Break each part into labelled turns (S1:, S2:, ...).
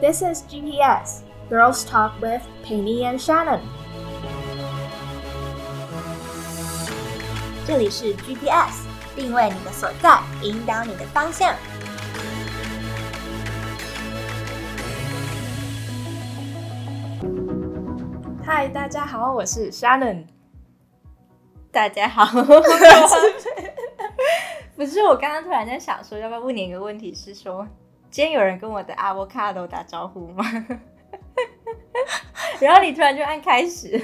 S1: This is GTS Girls Talk with Penny and Shannon。
S2: 这里是 GTS，定位你的所在，引导你的方向。
S1: 嗨，大家好，我是 Shannon。
S2: 大家 好，不是我刚刚突然在想说，要不要问你一个问题，是说今天有人跟我的 avocado 打招呼吗？ 然后你突然就按开始，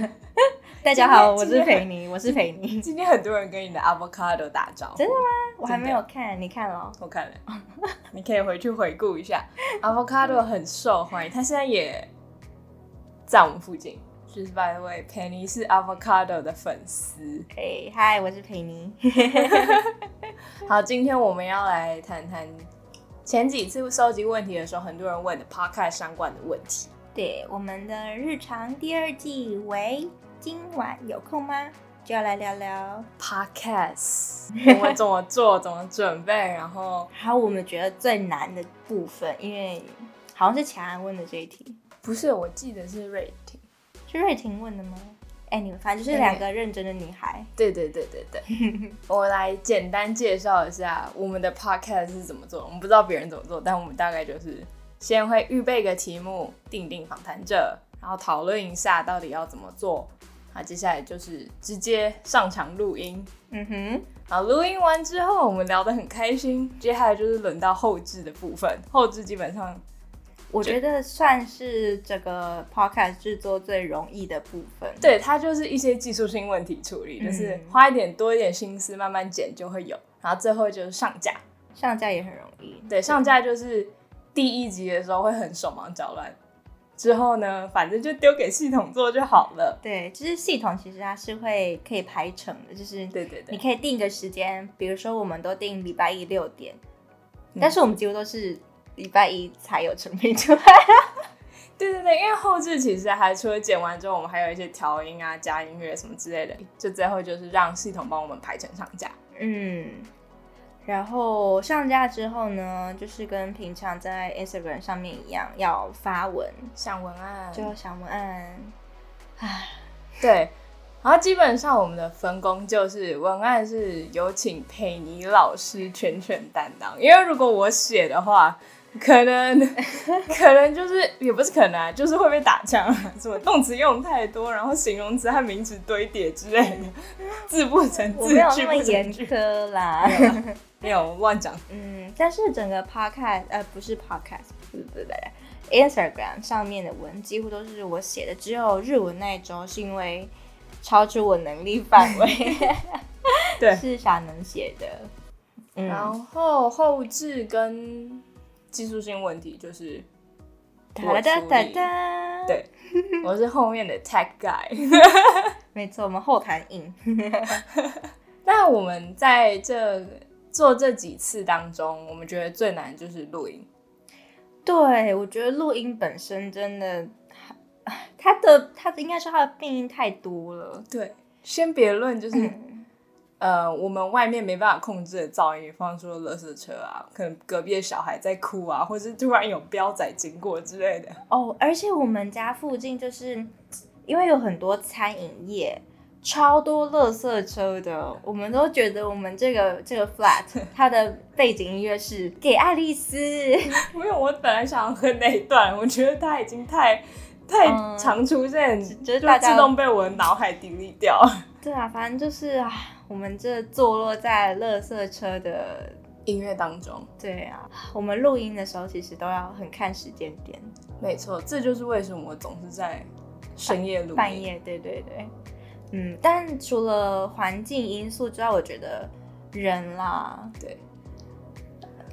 S2: 大家好，我
S1: 今
S2: 是
S1: 天
S2: 裴妮，我是裴 妮，
S1: 今天很多人跟你的 avocado 打招呼
S2: 真，的吗？我还
S1: 真的
S2: 没有看，你看了？
S1: 我看了， 你可以回去回顾一下。avocado 很受欢迎，他现在也在我们附近。就是 by the way，Penny 是 avocado 的粉丝。
S2: 可以，嗨，我是裴妮。
S1: 好，今天我们要来谈谈前几次收集问题的时候，很多人问的 podcast 相关的问题。
S2: 对，我们的日常第二季为今晚有空吗？就要来聊聊。
S1: podcast，我们怎么做，怎么准备，然后
S2: 还有我们觉得最难的部分，因为好像是乔安问的这一题，
S1: 不是，我记得是 rating，
S2: 是瑞婷问的吗？哎，你们反正就是两个认真的女孩。
S1: 对对对对对，我来简单介绍一下我们的 podcast 是怎么做的。我们不知道别人怎么做，但我们大概就是先会预备一个题目，定定访谈者，然后讨论一下到底要怎么做。那接下来就是直接上场录音，
S2: 嗯哼，
S1: 好，录音完之后，我们聊得很开心。接下来就是轮到后置的部分，后置基本上
S2: 我觉得算是这个 podcast 制作最容易的部分。
S1: 对它就是一些技术性问题处理，就是
S2: 嗯
S1: 花一点多一点心思，慢慢剪就会有。然后最后就是上架，
S2: 上架也很容易。
S1: 对，上架就是第一集的时候会很手忙脚乱，之后呢，反正就丢给系统做就好了。
S2: 对，就是系统其实它是会可以排程的，就是
S1: 对对
S2: 你
S1: 对，
S2: 可以定个时间，比如说我们都定礼拜一六点，
S1: 嗯
S2: 但是我们几乎都是礼拜一才有成品出来。
S1: 对对对，因为后置其实还除了剪完之后，我们还有一些调音啊、加音乐什么之类的，就最后就是让系统帮我们排成上架。
S2: 嗯，然后上架之后呢，就是跟平常在 Instagram 上面一样，要发文，
S1: 像文案
S2: 就小文案。
S1: 对，然后基本上我们的分工就是文案是有请佩妮老师全权担当，因为如果我写的话，可能 可能就是也不是可能、啊，就是会被打枪、啊，什么动词用太多，然后形容词和名词堆叠之类的，字不成
S2: 我
S1: 字
S2: 没有，
S1: 句
S2: 那么
S1: 不成
S2: 严
S1: 句，
S2: 苛啦。
S1: 没有乱讲。
S2: 嗯，但是整个 podcast 呃不是 podcast，不是不是不是 Instagram 上面的文几乎都是我写的，只有日文那一周是因为超出我能力范围，
S1: 对
S2: 是傻能写的。嗯，
S1: 然后后置跟技术性问题就是
S2: 哒哒哒哒，
S1: 对我是后面的 tag guy。
S2: 没错，我们后台印。
S1: 那我们在这做这几次当中，我们觉得最难就是录音。
S2: 对，我觉得录音本身真的，它的它的应该说它的变音太多了。
S1: 对，先别论就是、
S2: 嗯
S1: 呃，我们外面没办法控制的噪音，比方说垃圾车啊，可能隔壁的小孩在哭啊，或是突然有彪仔经过之类的。
S2: 哦，而且我们家附近就是因为有很多餐饮业，超多垃圾车的，我们都觉得我们这个这个 flat 它的背景音乐是给爱丽丝，
S1: 没有，我本来想喝那一段，我觉得它已经太太
S2: 嗯
S1: 常出现，
S2: 就是
S1: 就
S2: 大家
S1: 自动被我的脑海 delete 掉。
S2: 对啊，反正就是啊，我们这坐落在垃圾车的。
S1: 音乐当中，
S2: 对啊，我们录音的时候其实都要很看时间点，
S1: 没错，这就是为什么我总是在深夜录音。
S2: 半夜，对对对，嗯，但除了环境因素之外，我觉得人啦，
S1: 对，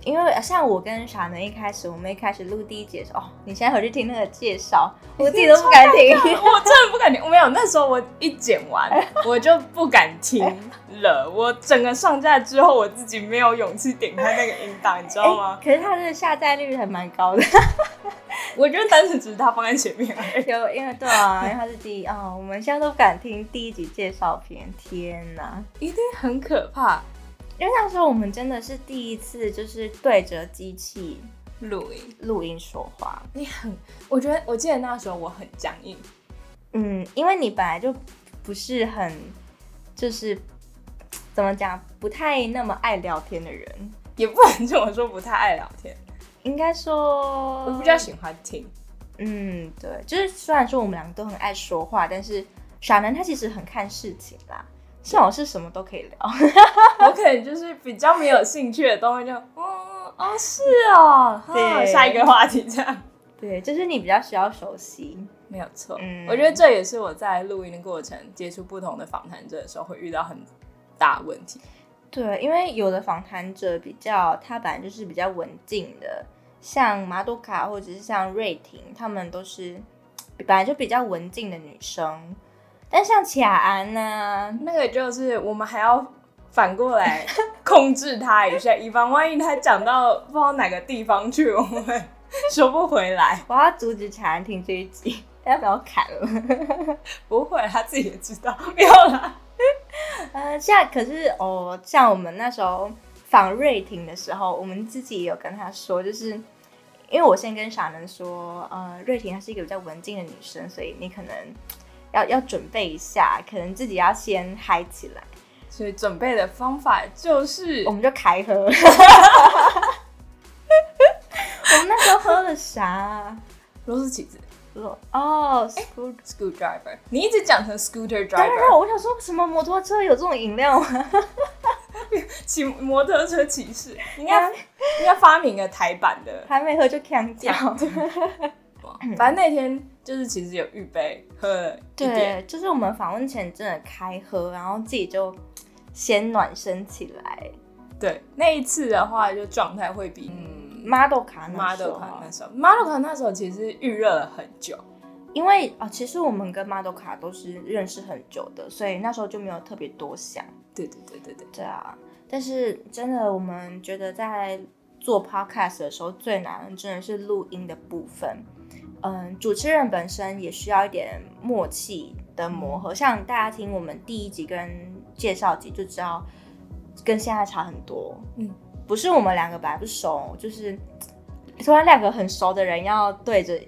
S2: 因为像我跟傻能一开始，我们一开始录第一集的时候，哦，你现在回去听那个介绍，我自己都不敢听。
S1: 我真的不敢听，我没有。那时候我一剪完，我就不敢听了。我整个上架之后，我自己没有勇气点开那个音档，你知道吗？
S2: 可是它的下载率还蛮高的，
S1: 我觉得单纯只是它放在前面而已。
S2: 有因为对啊，因为它是第一哦，我们现在都不敢听第一集介绍片，天哪！
S1: 一定很可怕。
S2: 因为那时候我们真的是第一次，就是对着机器
S1: 录音。
S2: 录音说话。
S1: 你很，我觉得我记得那时候我很僵硬，
S2: 嗯，因为你本来就不是很，就是怎么讲，不太那么爱聊天的人，
S1: 也不能这么说，不太爱聊天，
S2: 应该说，
S1: 我比较喜欢听。
S2: 嗯，对，就是虽然说我们两个都很爱说话，但是小南他其实很看事情啦。像我是什么都可以聊，
S1: 我可能就是比较没有兴趣的东西就，嗯，哦，是哦，哈
S2: 对
S1: 下一个话题这样，
S2: 对，就是你比较需要熟悉，
S1: 没有错。
S2: 嗯
S1: 我觉得这也是我在录音的过程接触不同的访谈者的时候会遇到很大的问题。
S2: 对，因为有的访谈者比较，他本来就是比较文静的，像马杜卡或者是像瑞婷，她们都是本来就比较文静的女生。但像卡安呢、
S1: 那个就是我们还要反过 来控制他一下，以防万一他讲到不知道哪个地方去，我们收不回来。
S2: 我要阻止卡安听这一集， 大家不要砍了。
S1: 不会，他自己也知道，没有啦。
S2: 呃，像可是哦，像我们那时候访瑞婷的时候，我们自己也有跟她说，就是因为我先跟傻能说，呃，瑞婷她是一个比较文静的女生，所以你可能要要准备一下，可能自己要先嗨起来，
S1: 所以准备的方法就是
S2: 我们就开喝。 我们那时候喝了啥？
S1: 螺丝起子
S2: 罗哦，screw-
S1: （screwdriver）。你一直讲成 scooter
S2: 当然了，
S1: driver，
S2: 我想说什么摩托车有这种饮料吗？
S1: 骑摩托车骑士，应该应该发明个台版的。
S2: 还没喝就呛掉。嗯
S1: 反正那天就是其实有预备喝了一点，
S2: 对，就是我们访问前真的开喝，然后自己就先暖身起来。
S1: 对，那一次的话就状态会比嗯
S2: model 卡那时
S1: model
S2: 候啊
S1: 卡那时候，model 卡那时候其实预热了很久，
S2: 因为哦，其实我们跟 model 卡都是认识很久的，所以那时候就没有特别多想。
S1: 对对对对对，
S2: 对啊，但是真的，我们觉得在做 podcast 的时候最难的真的是录音的部分。嗯，主持人本身也需要一点默契的磨合，像大家听我们第一集跟介绍集就知道，跟现在差很多。
S1: 嗯，
S2: 不是我们两个本来不熟，就是突然两个很熟的人要对着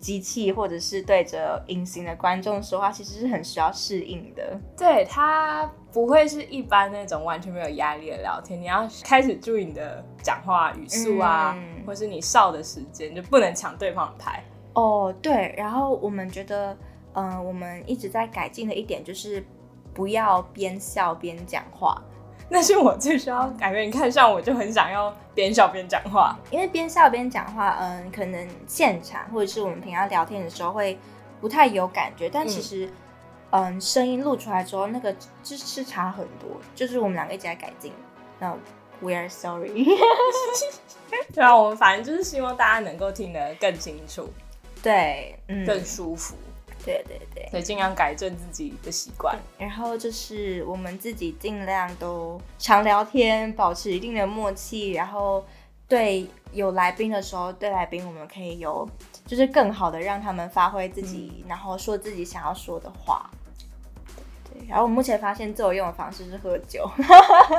S2: 机器或者是对着隐形的观众说话，其实是很需要适应的。
S1: 对他不会是一般那种完全没有压力的聊天，你要开始注意你的讲话语速啊，
S2: 嗯
S1: 或是你笑的时间，就不能抢对方的拍。
S2: 哦，对，然后我们觉得，嗯、我们一直在改进的一点就是不要边笑边讲话，
S1: 那是我最需要改变。你看，像我就很想要边笑边讲话，
S2: 因为边笑边讲话，嗯、可能现场或者是我们平常聊天的时候会不太有感觉，但其
S1: 嗯
S2: 实，嗯、声音录出来之后，那个是是差很多，就是我们两个一直在改进。那 we are sorry，
S1: 对啊，我们反正就是希望大家能够听得更清楚、
S2: 对，嗯，
S1: 更舒服，
S2: 对对对。
S1: 所以尽量改正自己的习惯。
S2: 然后就是我们自己尽量都常聊天，保持一定的默契，然后对有来宾的时候，对来宾我们可以有就是更好的让他们发挥自己，然后说自己想要说的话。对，然后我目前发现最有用的方式是喝酒，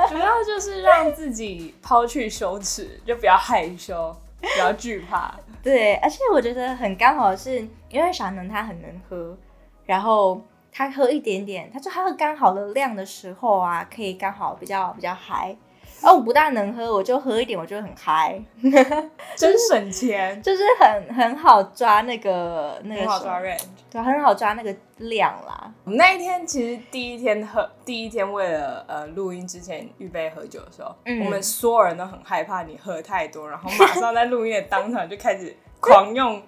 S1: 主要就是让自己抛去羞耻，就不要害羞，不要惧怕。
S2: 对，而且我觉得很刚好是因为傻能他很能喝，然后他喝一点点，他就他喝刚好的量的时候啊，可以刚好比较比较嗨。哦，我不大能喝，我就喝一点，我就很嗨，
S1: 真省钱，
S2: 就是很很好抓那个那个
S1: 很好
S2: 什
S1: 抓
S2: 么
S1: range。
S2: 对，很好抓那个量啦。
S1: 我们那一天其实第一天喝，第一天为了呃录音之前预备喝酒的时候，
S2: 嗯
S1: 我们所有人都很害怕你喝太多，然后马上在录音的当场就开始狂用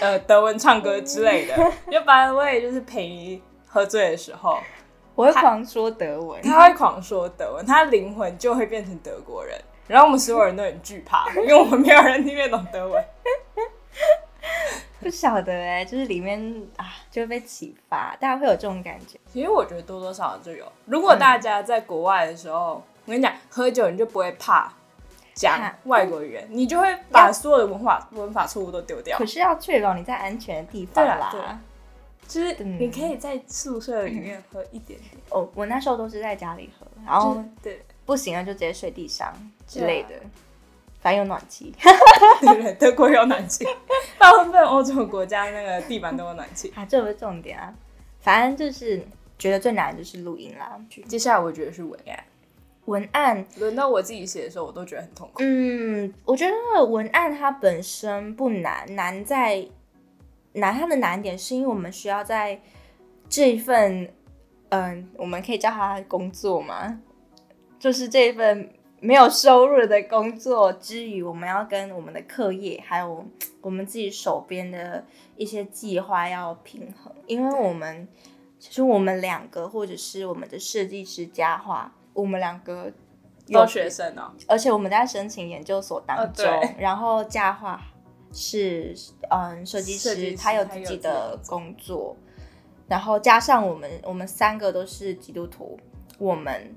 S1: 呃德文唱歌之类的。就白我也就是陪你喝醉的时候，
S2: 我会狂说德文，
S1: 他会狂说德文，他的灵魂就会变成德国人。然后我们所有人都很惧 怕，因为我们没有人听得懂德文。
S2: 不晓得哎、就是里面啊就会被启发，大家会有这种感觉。
S1: 其实我觉得多多少少就有。如果大家在国外的时候，我跟你讲，喝酒你就不会怕讲
S2: 怕
S1: 外国语言，你就会把所有的文化文法错误都丢掉
S2: 可。是要确保你在安全的地方
S1: 对啦
S2: 啦。
S1: 对啊啦就是
S2: 嗯
S1: 你可以在宿舍里面喝一点点，
S2: 哦，我那时候都是在家里喝，然后
S1: 就是对，啊嗯
S2: 不行了就直接睡地上之类的。反正有暖气
S1: 对不对？德国有暖 气，大部分欧洲国家那个地板都有暖气。
S2: 啊，这不是重点啊。反正就是觉得最难的就是录音啦。
S1: 接下来我觉得是文案，
S2: 文案，
S1: 轮到我自己写的时候，我都觉得很痛苦。
S2: 嗯，我觉得文案它本身不难，难在难它的难点是因为我们需要在这一份，嗯、我们可以叫它工作嘛，就是这一份没有收入的工作之余，我们要跟我们的课业还有我们自己手边的一些计划要平衡，因为我们其实我们两个或者是我们的设计师佳话，我们两个有
S1: 都学生哦，
S2: 而且我们在申请研究所当
S1: 哦
S2: 中，
S1: 对
S2: 然后佳化是嗯设计
S1: 设计
S2: 师，
S1: 师
S2: 他有自己的工作，然后加上我们我们三个都是基督徒，我们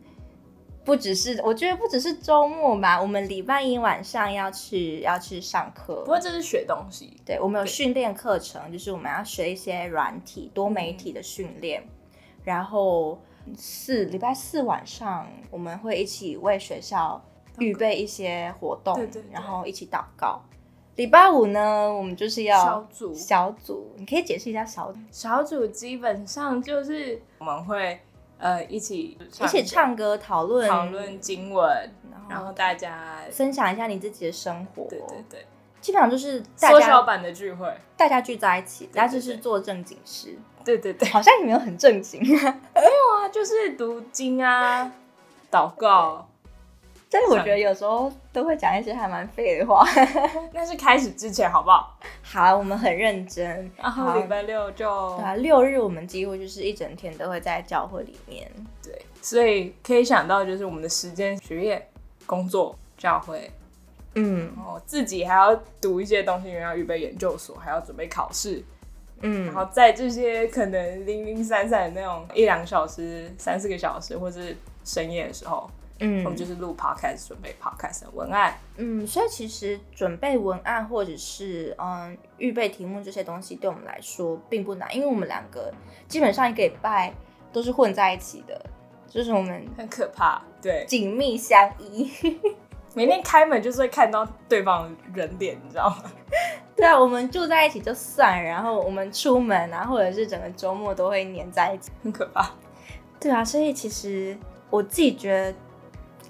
S2: 不只是我觉得不只是周末吧，我们礼拜一晚上要去要去上课，
S1: 不过这是学东西，
S2: 对，我们有
S1: 对
S2: 训练课程，就是我们要学一些软体、多媒
S1: 嗯
S2: 体的训练。然后四礼拜四晚上，我们会一起为学校预备一些活动，
S1: 对对对
S2: 然后一起祷告。礼拜五呢，我们就是要
S1: 小组
S2: 小组，你可以解释一下小组，
S1: 小组基本上就是我们会呃一起
S2: 一起唱歌、讨论、
S1: 讨论经文，
S2: 然
S1: 然
S2: 后
S1: 后大家
S2: 分享一下你自己的生活。
S1: 对对对，
S2: 基本上就是大
S1: 缩小
S2: 家
S1: 版的聚会，
S2: 大家聚在一起，大家就
S1: 对
S2: 是
S1: 对
S2: 做正经事，
S1: 对对 对，
S2: 好像也没有很正经，
S1: 哇，就是读经 啊，祷告，
S2: 但是我觉得有时候都会讲一些还蛮废的话。
S1: 那是开始之前好不好？
S2: 好啊，我们很认真。
S1: 然后礼拜六就
S2: 对啊，六日我们几乎就是一整天都会在教会里面。
S1: 对，所以可以想到就是我们的时间、学业、工作、教会，
S2: 嗯
S1: 然后哦自己还要读一些东西，因为要预备研究所，还要准备考试，
S2: 嗯
S1: 然，后在这些可能零零散散的那种一两小时、三四个小时，或是深夜的时候，我
S2: 嗯
S1: 们就是录 podcast 准备 podcast 的文案，
S2: 嗯，所以其实准备文案或者是嗯预备题目这些东西，对我们来说并不难，因为我们两个基本上一个礼拜都是混在一起的，就是我们
S1: 很可怕。对，
S2: 紧密相依。
S1: 每天开门就是会看到对方人脸，你知道吗？
S2: 对啊，我们住在一起就算了，然后我们出门啊，或者是整个周末都会黏在一起。
S1: 很可怕。
S2: 对啊，所以其实我自己觉得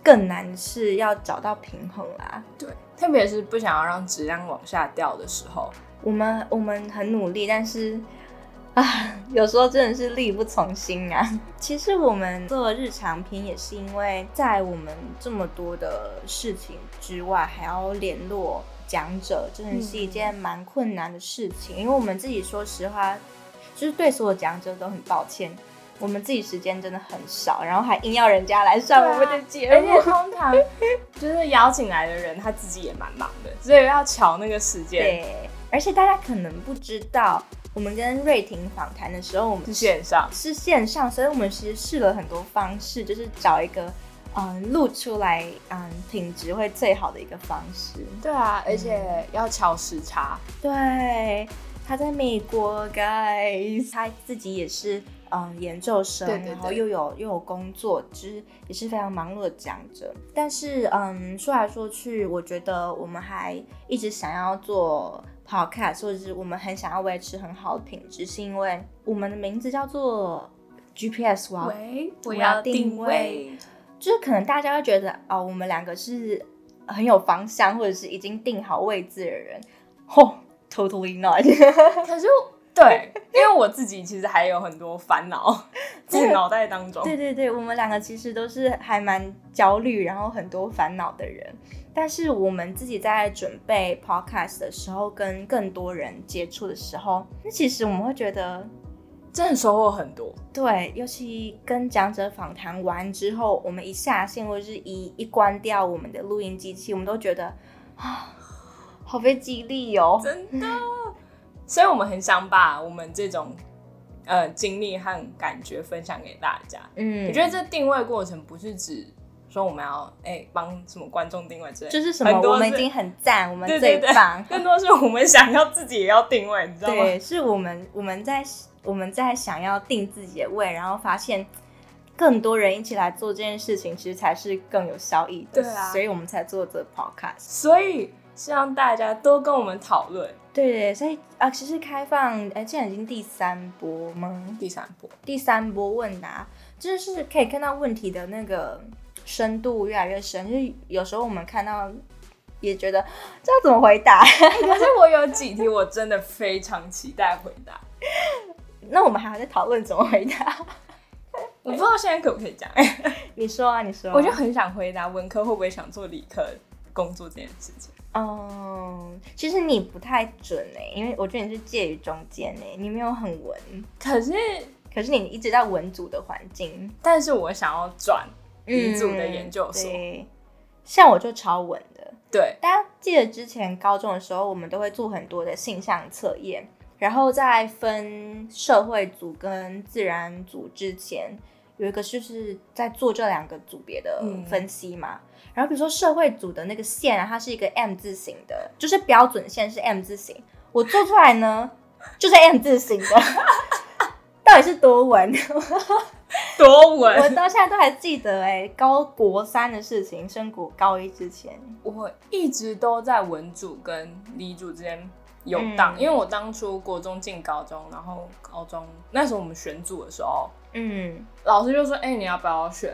S2: 更难是要找到平衡啦。
S1: 对，特别是不想要让质量往下掉的时候，
S2: 我们我们很努力，但是啊，有时候真的是力不从心啊。 其实我们做日常片也是因为在我们这么多的事情之外，还要联络讲者，真的是一
S1: 嗯
S2: 件蛮困难的事情。因为我们自己说实话，就是对所有讲者都很抱歉。我们自己时间真的很少，然后还硬要人家来上
S1: 对啊
S2: 我们的节
S1: 而
S2: 目，
S1: 且通常 就是邀请来的人他自己也蛮忙的，所以要瞧那个时间
S2: 对，而且大家可能不知道，我们跟瑞婷访谈的时候，我们
S1: 是线上。
S2: 是线上，所以我们其实试了很多方式，就是找一个嗯录出来嗯品质会最好的一个方式。
S1: 对啊，而且要瞧时差，
S2: 对，他在美国，guys，他自己也是嗯研究生，
S1: 对对对
S2: 然后又有又有工作，就是也是非常忙碌的讲者。但是嗯，说来说去，我觉得我们还一直想要做 podcast，或者是我们很想要维持很好的品质，是因为我们的名字叫做 GPS 哇。
S1: 喂，
S2: 我要定位，就是可能大家会觉得哦，我们两个是很有方向，或者是已经定好位置的人。哦 t o t a l l y not
S1: 可是我对，因为我自己其实还有很多烦 恼在脑袋当中。
S2: 对对对，我们两个其实都是还蛮焦虑，然后很多烦恼的人。但是我们自己在准备 podcast 的时候，跟更多人接触的时候，那其实我们会觉得，
S1: 真的收获很多。
S2: 对，尤其跟讲者访谈完之后，我们一下线或者是一一关掉我们的录音机器，我们都觉得啊，好被激励哦。
S1: 真的。所以我们很想把我们这种呃经历和感觉分享给大家。
S2: 嗯，
S1: 我觉得这定位过程不是指说我们要哎帮、什么观众定位之类的，
S2: 就是什么
S1: 很，多
S2: 我们已
S1: 是
S2: 经很赞，我们
S1: 对
S2: 最
S1: 对对
S2: 棒。
S1: 更多是我们想要自己也要定位，你知道吗？
S2: 对，是我们我们在我们在想要定自己的位，然后发现更多人一起来做这件事情，其实才是更有效益的。
S1: 对啊
S2: 所以我们才做这个 podcast。
S1: 所以希望大家多跟我们讨论
S2: 对对，所以啊，其实开放，哎，现在已经第三波吗？
S1: 第三波。
S2: 第三波问答，就是可以看到问题的那个深度越来越深，就是有时候我们看到也觉得这要怎么回答？
S1: 可是我有几题我真的非常期待回答，
S2: 那我们还要再讨论怎么回答？
S1: 我不知道现在可不可以讲。嗯
S2: 你说啊，你说啊、
S1: 哎我就很想回答文科会不会想做理科工作这件事情。
S2: 嗯，其实你不太准哎、因为我觉得你是介于中间哎、你没有很文，
S1: 可是，
S2: 可是你一直在文组的环境，
S1: 但是我想要转理组的
S2: 嗯
S1: 研究所。
S2: 对，像我就超文的。
S1: 对，
S2: 大家记得之前高中的时候，我们都会做很多的性向测验，然后在分社会组跟自然组之前，有一个就是在做这两个组别的
S1: 嗯
S2: 分析嘛。然后比如说社会组的那个线啊，它是一个 M 字形的，就是标准线是 M 字形，我做出来呢就是 M 字形的， 到底是多文？
S1: 多
S2: 我
S1: 文，
S2: 到现在都还记得哎、高国三的事情，升国高一之前，
S1: 我一直都在文组跟理组之间游荡，
S2: 嗯
S1: 因为我当初国中进高中，然后高中那时候我们选组的时候，
S2: 嗯
S1: 老师就说：“哎、你要不要选？”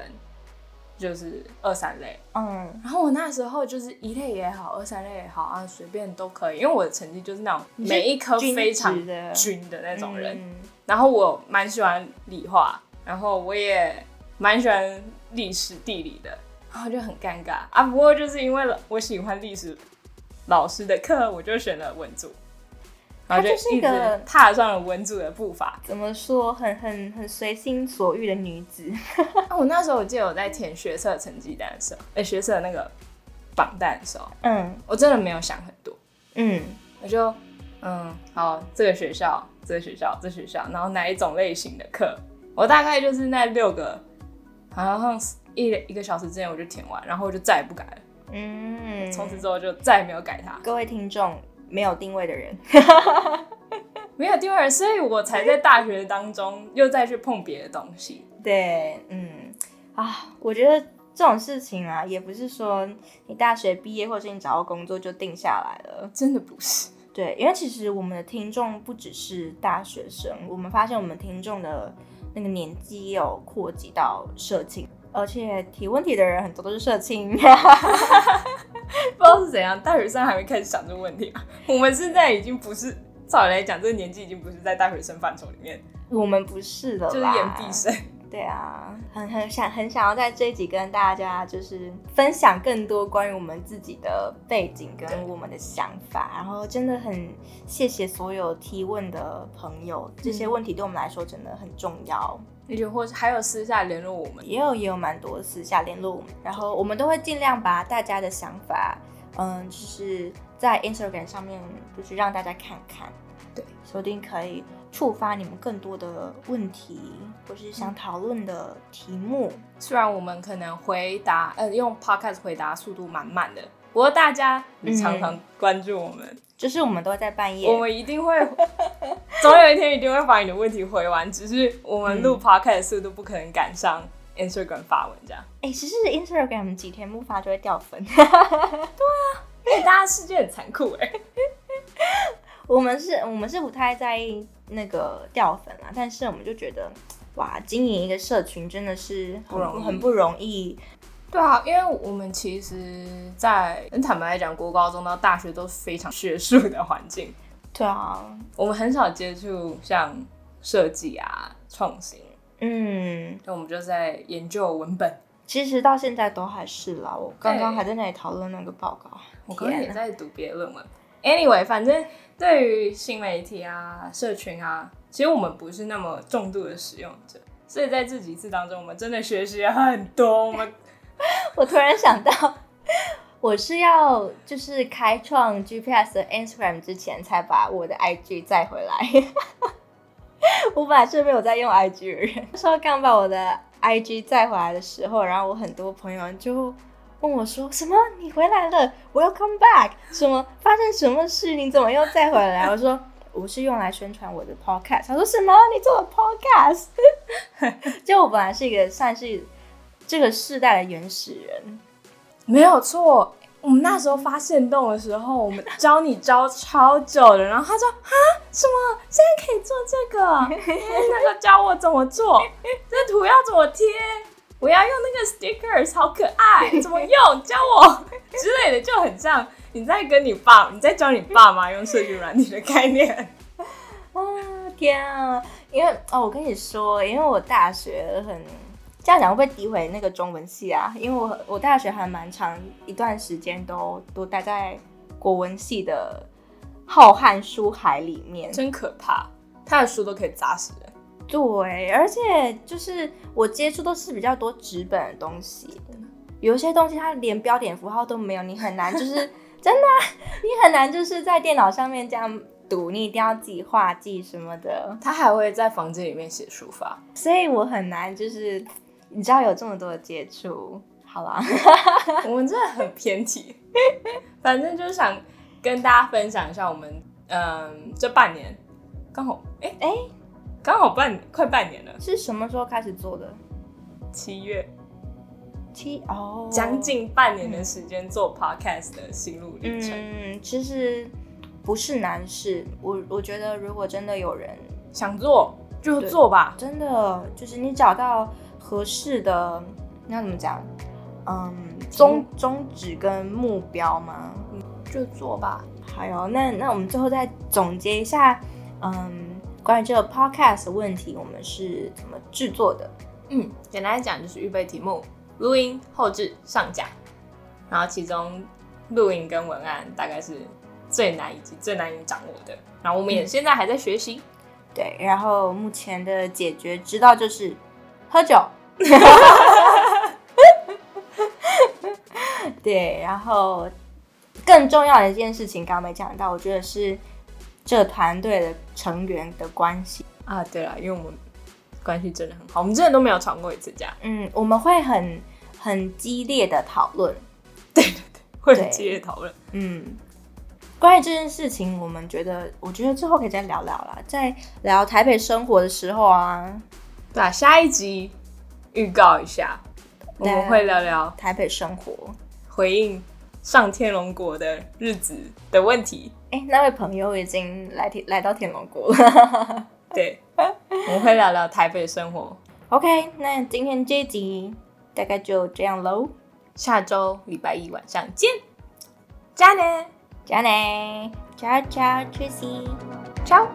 S1: 就是二三类，
S2: 嗯。
S1: 然后我那时候就是一类也好，二三类也好啊，随便都可以，因为我的成绩就是那种
S2: 你是
S1: 每一科
S2: 均
S1: 非常
S2: 值的
S1: 均的那种人，
S2: 嗯
S1: 然后我蛮喜欢理化，然后我也蛮喜欢历史地理的，然后就很尴尬啊。不过就是因为我喜欢历史老师的课，我就选了文组，然后
S2: 她就是
S1: 一
S2: 一个
S1: 直踏上了文组的步伐。
S2: 怎么说，很很很随心所欲的女子。
S1: 啊，我那时候我记得我在填学测成绩单的时候，哎、学测那个榜单的时候，
S2: 嗯
S1: 我真的没有想很多，
S2: 嗯，
S1: 我就嗯，好，这个学校，这个学校，这个学校，然后哪一种类型的课，我大概就是那六个，好像是一一个小时之内我就填完，然后我就再也不改了，
S2: 嗯，
S1: 从此之后就再也没有改它，
S2: 各位听众，没有定位的人，
S1: 没有第二，所以我才在大学当中又再去碰别的东西。
S2: 对，嗯啊，我觉得这种事情啊，也不是说你大学毕业或者是你找到工作就定下来了。
S1: 真的不是，
S2: 对，因为其实我们的听众不只是大学生，我们发现我们听众的那个年纪也有扩及到社青，而且提问题的人很多都是社青。
S1: 不知道是怎样，大学生还没开始想这个问题啊。 我们现在已经不是，照理来讲，这个年纪已经不是在大学生范畴里面，
S2: 我们不是的啦，
S1: 就是演毕生。
S2: 对啊，很很想很想要在这一集跟大家就是分享更多关于我们自己的背景
S1: 对
S2: 跟我们的想法，然后真的很谢谢所有提问的朋友，这些问题对我们来说真的很重要。
S1: 而且或是还有私下联络我们，
S2: 也有也有蛮多私下联络我们，然后我们都会尽量把大家的想法，嗯，就是在 Instagram 上面就是让大家看看，
S1: 对，
S2: 说不定可以触发你们更多的问题，或是想讨论的题目。
S1: 虽然我们可能回答，呃，用 podcast 回答速度蛮慢的，不过大家
S2: 嗯
S1: 常常关注我们，
S2: 就是我们都会在半夜，
S1: 我们一定会， 总有一天一定会把你的问题回完，只是我们录 podcast 的速度不可能赶上 Instagram 发文 这样。
S2: 哎、其实 Instagram 几天不发就会掉粉。
S1: 因为哎大家世界很残酷哎、
S2: 我们是，我们是不太在意那个掉粉啦，但是我们就觉得，哇，经营一个社群真的是很
S1: 不容易
S2: 很不容易。
S1: 对啊，因为我们其实在，坦白来讲，国高中到大学都是非常学术的环境，
S2: 对啊，
S1: 我们很少接触像设计啊、创新，
S2: 嗯，
S1: 那我们就在研究文本。
S2: 其实到现在都还是啦。我刚刚
S1: 对
S2: 还在那里讨论那个报告，
S1: 我刚刚也
S2: 天啊
S1: 在读别的论文。Anyway，反正对于新媒体啊、社群啊，其实我们不是那么重度的使用者，所以在这几次当中，我们真的学习了很多。我们
S2: 我突然想到，我是要就是开创 GPS 的 Instagram 之前，才把我的 IG 载回来。 我本来是没有在用 IG 的人，那时候刚把我的 IG 载回来的时候，然后我很多朋友就问我说：“什么？你回来了？Welcome back？什么？发生什么事？你怎么又再回来？”我说：“我是用来宣传我的 podcast。他说什么？你做了 podcast？就我本来是一个算是这个世代的原始人，
S1: 没有错。我们那时候发现洞的时候，我们教你教超久的，然后他说啊什么现在可以做这 个，哎那个教我怎么做，这图要怎么贴，我要用那个 stickers 好可爱，怎么用教我之类的，就很像你在跟你爸，你在教你爸妈用社群软体的概念。
S2: 啊天啊！因为哦，我跟你说，因为我大学很这样讲会不会诋毁那个中文系啊？因为我我大学还蛮长一段时间都都待在国文系的浩瀚书海里面。
S1: 真可怕，他的书都可以砸死人。
S2: 对，而且就是我接触都是比较多纸本的东西，有一些东西它连标点符号都没有，你很难就是 真的啊、你很难就是在电脑上面这样读，你一定要记画记什么的，
S1: 他还会在房间里面写书法，
S2: 所以我很难就是你知道有这么多的接触，好啦，
S1: 我们真的很偏题。 反正就是想跟大家分享一下我们嗯这半年刚好哎
S2: 哎
S1: 刚好半快半年了，
S2: 是什么时候开始做的？
S1: 七月
S2: 七哦，
S1: 将近半年的时间做 podcast 的心路历程。
S2: 嗯，其实不是难事，我我觉得如果真的有人
S1: 想做就
S2: 对
S1: 做吧，
S2: 真的就是你找到合适的，你要怎么讲？嗯，宗宗旨跟目标吗？
S1: 就做吧。
S2: 还有，那那我们最后再总结一下，嗯，关于这个 podcast 的问题，我们是怎么制作的？
S1: 嗯，简单来讲就是预备题目、录音、后置、上架，然后其中录音跟文案大概是最难以及最难以掌握的。然后我们也现在还在学习，
S2: 对，然后目前的解决之道就是喝酒。对，然后更重要的一件事情，刚刚没讲到，我觉得是这个团队的成员的关系。
S1: 啊，对了，因为我们关系真的很好，我们真的都没有吵过一次架，
S2: 嗯，我们会很很激烈的讨论。
S1: 会
S2: 对
S1: 很激烈讨论。
S2: 嗯，关于这件事情，我们觉得，我觉得之后可以再聊聊啦。在聊台北生活的时候啊，
S1: 对啊，下一集预告一下，我
S2: 对
S1: 们会聊聊
S2: 台北生活。
S1: 回应上天龙国的日子的问题。
S2: 哎、那位朋友已经来天来到天龙国了。
S1: 对，我们会聊聊台北生活。
S2: OK，那今天这一集大概就这样喽，
S1: 下周礼拜一晚上见，加呢，
S2: 加奶，加加 Tracy。
S1: ciao。